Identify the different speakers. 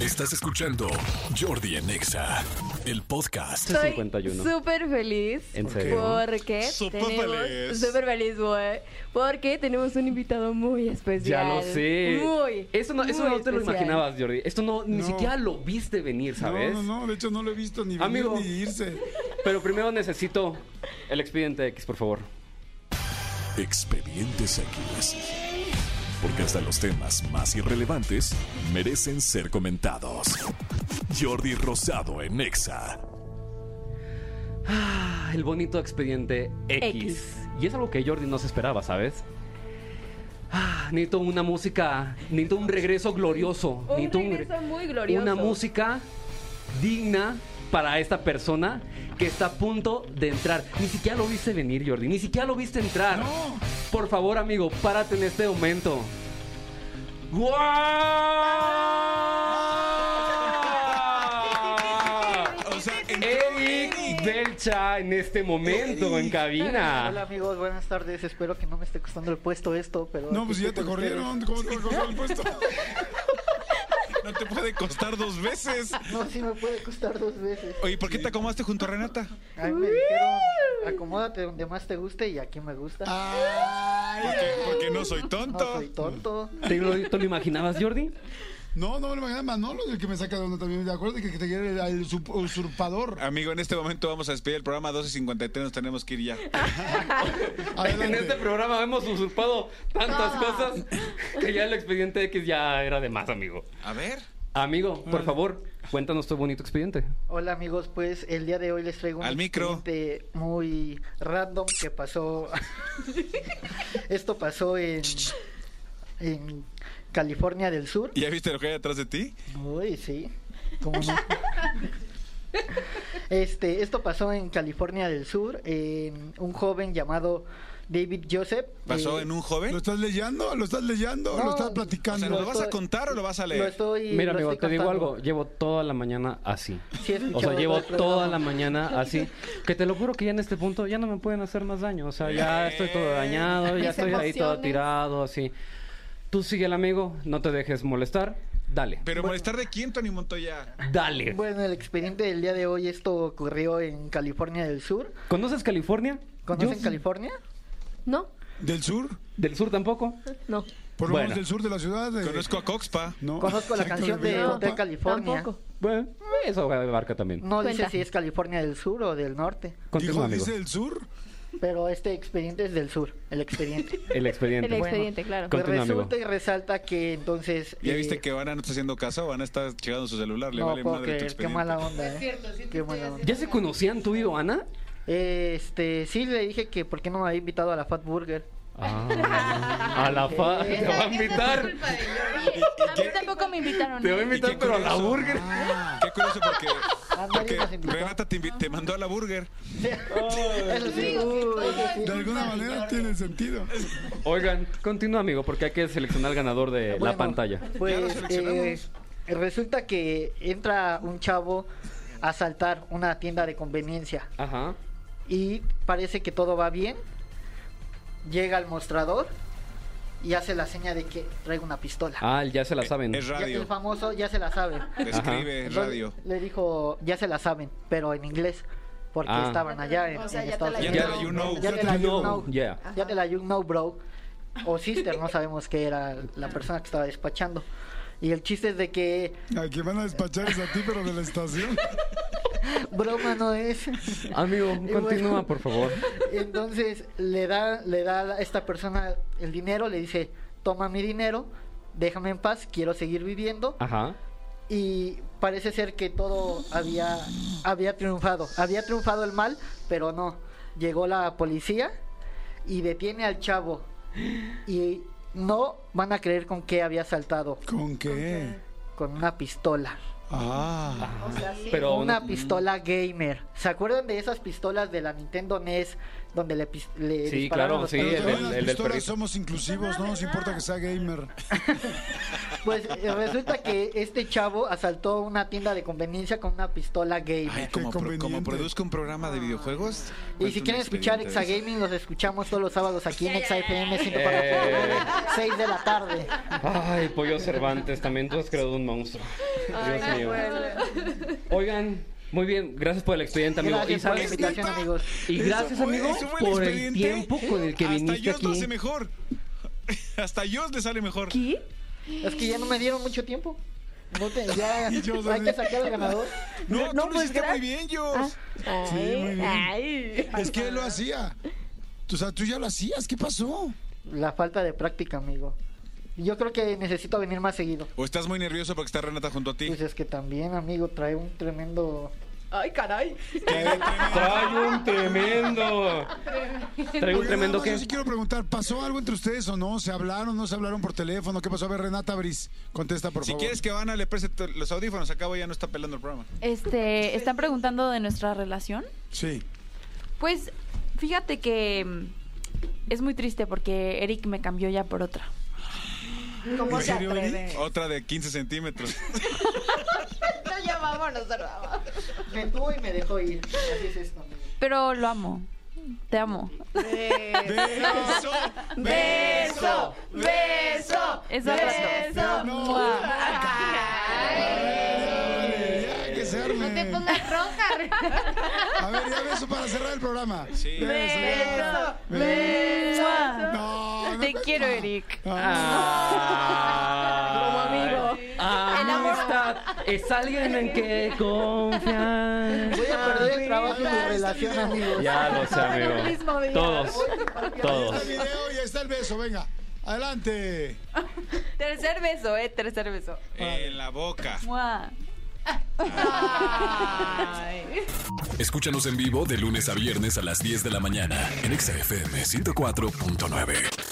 Speaker 1: Estás escuchando Jordi en EXA, el podcast.
Speaker 2: Soy
Speaker 3: 51.
Speaker 2: súper feliz.
Speaker 3: ¿En serio?
Speaker 2: Porque
Speaker 4: Súper
Speaker 2: tenemos...
Speaker 4: feliz.
Speaker 2: Súper feliz, güey. Porque tenemos un invitado muy especial.
Speaker 3: Ya lo sé.
Speaker 2: Muy.
Speaker 3: Eso no, eso
Speaker 2: muy
Speaker 3: no te lo
Speaker 2: especial.
Speaker 3: imaginabas, Jordi. Esto no, ni
Speaker 4: No.
Speaker 3: siquiera lo viste venir, ¿sabes?
Speaker 4: No, no, no, de hecho no lo he visto ni
Speaker 3: Amigo.
Speaker 4: venir ni irse.
Speaker 3: Pero primero necesito el expediente X, por favor.
Speaker 1: Expedientes X. Porque hasta los temas más irrelevantes merecen ser comentados. Jordi Rosado en EXA.
Speaker 3: Ah, El bonito expediente X.
Speaker 2: X.
Speaker 3: Y es algo que Jordi no se esperaba, ¿sabes? Ah, necesito una música, necesito un regreso glorioso.
Speaker 2: Un
Speaker 3: necesito re-
Speaker 2: regreso muy glorioso.
Speaker 3: Una música digna para esta persona que está a punto de entrar. Ni siquiera lo viste venir, Jordi. Ni siquiera lo viste entrar.
Speaker 4: No.
Speaker 3: Por favor, amigo, párate en este momento. ¡Guau!
Speaker 4: O sea,
Speaker 5: eh,
Speaker 3: Eric Belcha en este momento en
Speaker 6: Hola
Speaker 3: cabina.
Speaker 6: amigos, buenas tardes. Espero que no me esté costando el puesto esto, pero.
Speaker 4: No, pues
Speaker 6: aquí
Speaker 4: ya
Speaker 6: estoy
Speaker 4: te
Speaker 6: con ustedes.
Speaker 4: corrieron. ¿Cómo te va a costar el puesto? No te puede costar dos veces.
Speaker 6: No, sí me puede costar dos veces.
Speaker 4: Oye, ¿por qué te acomodaste junto a Renata?
Speaker 6: A mí me dijeron, acomódate donde más te guste y aquí me gusta.
Speaker 4: Porque, porque no soy
Speaker 6: no
Speaker 4: Ah, tonto.
Speaker 6: soy tonto.
Speaker 3: ¿Te lo, te lo imaginabas, Jordi?
Speaker 5: No, no, no, no, Manolo es el que me saca de onda también. De acuerdo que que te quiere el, el usurp- usurpador.
Speaker 4: Amigo, en este momento vamos a despedir el programa 12.53, nos tenemos que ir ya.
Speaker 3: En este
Speaker 5: Adelante.
Speaker 3: programa hemos usurpado tantas cosas que ya el expediente X ya era de más, amigo.
Speaker 4: A ver.
Speaker 3: Amigo,
Speaker 6: Mm.
Speaker 3: por favor, cuéntanos tu bonito expediente.
Speaker 6: Hola amigos, pues el día de hoy les traigo un
Speaker 4: Al micro.
Speaker 6: incidente muy random que pasó. Esto pasó en, en California del Sur.
Speaker 4: ¿Ya viste lo que hay atrás de ti?
Speaker 6: Uy, sí. ¿Cómo no? este, esto pasó en California del Sur. en un joven llamado David Joseph.
Speaker 4: ¿Pasó
Speaker 6: eh,
Speaker 4: en un
Speaker 5: ¿Lo
Speaker 4: joven?
Speaker 5: estás leyendo? ¿Lo estás leyendo?
Speaker 6: No.
Speaker 5: ¿Lo estás
Speaker 4: O sea,
Speaker 5: platicando?
Speaker 4: ¿lo
Speaker 6: lo
Speaker 4: vas a
Speaker 6: estoy-
Speaker 4: contar o lo vas
Speaker 6: Lo
Speaker 4: a leer?
Speaker 6: estoy.
Speaker 3: Mira,
Speaker 6: lo
Speaker 3: amigo,
Speaker 6: estoy
Speaker 3: te digo
Speaker 6: contando.
Speaker 3: algo. Llevo toda la mañana así.
Speaker 6: Sí, he
Speaker 3: O sea,
Speaker 6: escuchado
Speaker 3: llevo
Speaker 6: todo el programa.
Speaker 3: toda la mañana así. Que te lo juro que ya en este punto ya no me pueden hacer más daño. O sea, ya estoy todo dañado, ya
Speaker 2: Mis
Speaker 3: estoy ahí todo
Speaker 2: emociones.
Speaker 3: tirado, así. Tú sigue el amigo, no te dejes molestar. Dale,
Speaker 4: Pero molestar de quién, Tony Montoya.
Speaker 3: dale.
Speaker 6: Bueno, el expediente del día de hoy, esto ocurrió en California del Sur.
Speaker 3: ¿Conoces California?
Speaker 6: ¿Conocen
Speaker 3: Yo-
Speaker 6: California?
Speaker 2: No,
Speaker 5: ¿Del sur?
Speaker 3: ¿Del sur tampoco?
Speaker 2: no.
Speaker 5: Por lo
Speaker 3: Bueno.
Speaker 5: menos del sur de la ciudad. de-
Speaker 4: Conozco a Coxpa.
Speaker 5: No.
Speaker 6: Conozco la
Speaker 5: Exacto,
Speaker 6: canción
Speaker 5: de
Speaker 6: de
Speaker 2: No,
Speaker 6: Hotel
Speaker 5: Europa.
Speaker 6: California.
Speaker 2: Tampoco.
Speaker 3: Bueno, eso abarca también.
Speaker 6: No dice
Speaker 2: Cuenta.
Speaker 6: si es California del Sur o del Norte,
Speaker 3: Continúa,
Speaker 5: Dijo,
Speaker 3: amigo.
Speaker 5: dice el sur.
Speaker 6: pero este expediente es del Sur, el expediente.
Speaker 3: El expediente.
Speaker 2: El expediente, claro.
Speaker 3: Con-
Speaker 6: Pues
Speaker 3: Continúa, amigo.
Speaker 6: resulta y resalta que entonces...
Speaker 4: ¿Ya
Speaker 6: eh,
Speaker 4: viste que Vana no está haciendo caso? Vana está checando su celular, le
Speaker 6: no
Speaker 4: vale
Speaker 6: puedo
Speaker 4: madre tu
Speaker 6: creer, qué
Speaker 4: expediente.
Speaker 6: mala onda, ¿eh? Qué mala onda.
Speaker 3: ¿Ya se conocían tú y Ana?
Speaker 6: Este, sí le dije que por qué no me había invitado a la Fat Burger.
Speaker 3: Ah, a la fa. Te va a invitar.
Speaker 2: A mí tampoco me invitaron.
Speaker 3: Te va a
Speaker 2: ¿eh?
Speaker 3: invitar,
Speaker 4: qué
Speaker 3: pero a la
Speaker 4: curioso?
Speaker 3: burger.
Speaker 4: Qué curioso porque,
Speaker 6: Ah, nadie
Speaker 4: porque
Speaker 6: nos invitó.
Speaker 4: Renata te, invi- te mandó a la burger.
Speaker 6: Eso sí, uy, eso sí.
Speaker 5: De alguna manera tiene sentido.
Speaker 3: Oigan, continúa, amigo, porque hay que seleccionar al ganador de la
Speaker 6: Bueno,
Speaker 3: pantalla.
Speaker 4: Ya lo
Speaker 6: Pues
Speaker 4: seleccionamos.
Speaker 6: eh, resulta que entra un chavo a asaltar una tienda de conveniencia
Speaker 3: Ajá.
Speaker 6: y parece que todo va bien. Llega al mostrador y hace la seña de que traigo una pistola.
Speaker 3: Ah, ya se la saben.
Speaker 4: Es
Speaker 6: Ya- el
Speaker 4: radio.
Speaker 6: famoso ya se la sabe.
Speaker 4: Describe es
Speaker 6: Entonces,
Speaker 4: radio.
Speaker 6: Le dijo, ya se la saben, pero en inglés. Porque
Speaker 3: Ah.
Speaker 6: estaban allá en,
Speaker 7: O sea,
Speaker 6: en
Speaker 7: ya te
Speaker 6: Estados
Speaker 7: la
Speaker 4: Ya
Speaker 6: Unidos.
Speaker 4: te la you know.
Speaker 6: Ya te la you know.
Speaker 3: Yeah.
Speaker 6: Ya te la you know, bro. O sister, no sabemos qué era la persona que estaba despachando. Y el chiste es de que
Speaker 5: A que van a despachar es a ti, pero de la estación.
Speaker 6: broma no es.
Speaker 3: Amigo,
Speaker 6: Y
Speaker 3: continúa,
Speaker 6: bueno.
Speaker 3: por favor.
Speaker 6: Entonces le da, le da a esta persona el dinero, le dice, toma mi dinero, déjame en paz, quiero seguir viviendo.
Speaker 3: Ajá.
Speaker 6: Y parece ser que todo había, había triunfado. Había triunfado el mal, pero no. Llegó la policía y detiene al chavo. Y no van a creer con qué había saltado.
Speaker 5: ¿Con qué?
Speaker 6: Con una pistola.
Speaker 5: Ah.
Speaker 3: Pero
Speaker 6: Una pistola gamer. ¿Se acuerdan de esas pistolas de la Nintendo NES donde le, pis- le
Speaker 3: Sí, claro,
Speaker 6: dispararon los
Speaker 3: sí,
Speaker 6: perros.
Speaker 3: el-
Speaker 5: también las
Speaker 3: del
Speaker 5: pistolas
Speaker 3: perrito.
Speaker 5: somos inclusivos, no nos importa que sea gamer.
Speaker 6: Pues eh, resulta que este chavo asaltó una tienda de conveniencia con una pistola gamer.
Speaker 4: Ay, como,
Speaker 5: Qué
Speaker 4: pro- como
Speaker 5: conveniente.
Speaker 4: produzco un programa de videojuegos.
Speaker 6: y si
Speaker 4: cuento
Speaker 6: quieren
Speaker 4: Pues un
Speaker 6: escuchar
Speaker 4: expediente de
Speaker 6: Exagaming, los escuchamos todos los sábados aquí en ExaFM 5
Speaker 3: Eh.
Speaker 6: 6 de la tarde.
Speaker 3: Ay, Pollo Cervantes, también tú has creado un monstruo. Dios mío. Oigan, muy bien, gracias por el expediente, amigo. ¿Y
Speaker 6: Gracias por la
Speaker 3: sabes-
Speaker 6: invitación,
Speaker 4: Neta,
Speaker 6: amigos.
Speaker 3: Y
Speaker 4: Eso
Speaker 3: gracias,
Speaker 4: fue-
Speaker 3: amigo,
Speaker 4: eso fue
Speaker 3: por el
Speaker 4: expediente.
Speaker 3: tiempo con el que
Speaker 4: Hasta
Speaker 3: viniste
Speaker 4: Dios lo
Speaker 3: aquí.
Speaker 4: hace mejor. Hasta Dios le sale mejor.
Speaker 2: ¿Qué?
Speaker 6: Es que ya no me dieron mucho tiempo. No te- ya, hay
Speaker 5: yo
Speaker 6: que
Speaker 5: también.
Speaker 6: sacar al ganador.
Speaker 4: No, tú lo
Speaker 2: pues,
Speaker 4: hiciste
Speaker 2: gra-
Speaker 4: muy bien, Dios.
Speaker 2: Ay,
Speaker 5: muy bien.
Speaker 2: ay.
Speaker 5: Es que él lo hacía. O sea, tú ya lo hacías, ¿qué pasó?
Speaker 6: La falta de práctica, amigo. Yo creo que necesito venir más seguido.
Speaker 4: ¿O estás muy nervioso porque está Renata junto a ti?
Speaker 6: Pues es que también, amigo, trae un tremendo...
Speaker 2: Ay, caray.
Speaker 3: Trae un tremendo. Trae un
Speaker 5: Oigan, nada
Speaker 3: tremendo
Speaker 5: más,
Speaker 3: que.
Speaker 5: Yo sí quiero preguntar, ¿pasó algo entre ustedes o no? ¿Se hablaron, no se hablaron por teléfono? ¿Qué pasó? A ver, Renata Briz, contesta, por
Speaker 4: Si
Speaker 5: favor.
Speaker 4: quieres que Vanna le preste t- los audífonos, acabo ya no está pelando el programa.
Speaker 7: Este, ¿están preguntando de nuestra relación?
Speaker 5: Sí.
Speaker 7: Pues, fíjate que mm, es muy triste porque Eric me cambió ya por otra.
Speaker 5: ¿En
Speaker 8: ¿Cómo se
Speaker 5: serio, Eri?
Speaker 8: atreve?
Speaker 4: Otra de 15 centímetros.
Speaker 8: No, ya vámonos, vamos.
Speaker 6: Me tuvo y me dejó ir. Así es esto, amigo.
Speaker 7: Pero lo amo. Te amo.
Speaker 4: ¡Beso!
Speaker 8: Beso, beso,
Speaker 7: Es al rato.
Speaker 8: beso.
Speaker 5: No.
Speaker 7: Mua.
Speaker 5: Órale, ya, que se
Speaker 8: No
Speaker 5: arme.
Speaker 8: te pongas roja.
Speaker 5: A ver, ya beso para cerrar el programa.
Speaker 4: Sí.
Speaker 5: Beso,
Speaker 8: Beso, beso.
Speaker 7: Mua.
Speaker 5: No, no
Speaker 7: Te
Speaker 5: me-
Speaker 7: quiero,
Speaker 5: no.
Speaker 7: Eric.
Speaker 3: Ah,
Speaker 2: amigo.
Speaker 3: Amistad es alguien en que confiar.
Speaker 6: Voy a perder el trabajo y mi relación, amigos.
Speaker 3: Ya lo sé,
Speaker 8: En el mismo
Speaker 3: amigo.
Speaker 8: día.
Speaker 3: Todos,
Speaker 5: Ahí está
Speaker 3: todos.
Speaker 5: el video y ahí está el beso, venga. Adelante.
Speaker 7: Tercer beso, eh, tercer beso.
Speaker 4: En la boca.
Speaker 7: Mua.
Speaker 1: Escúchanos en vivo de lunes a viernes a las 10 de la mañana en Exa FM 104.9.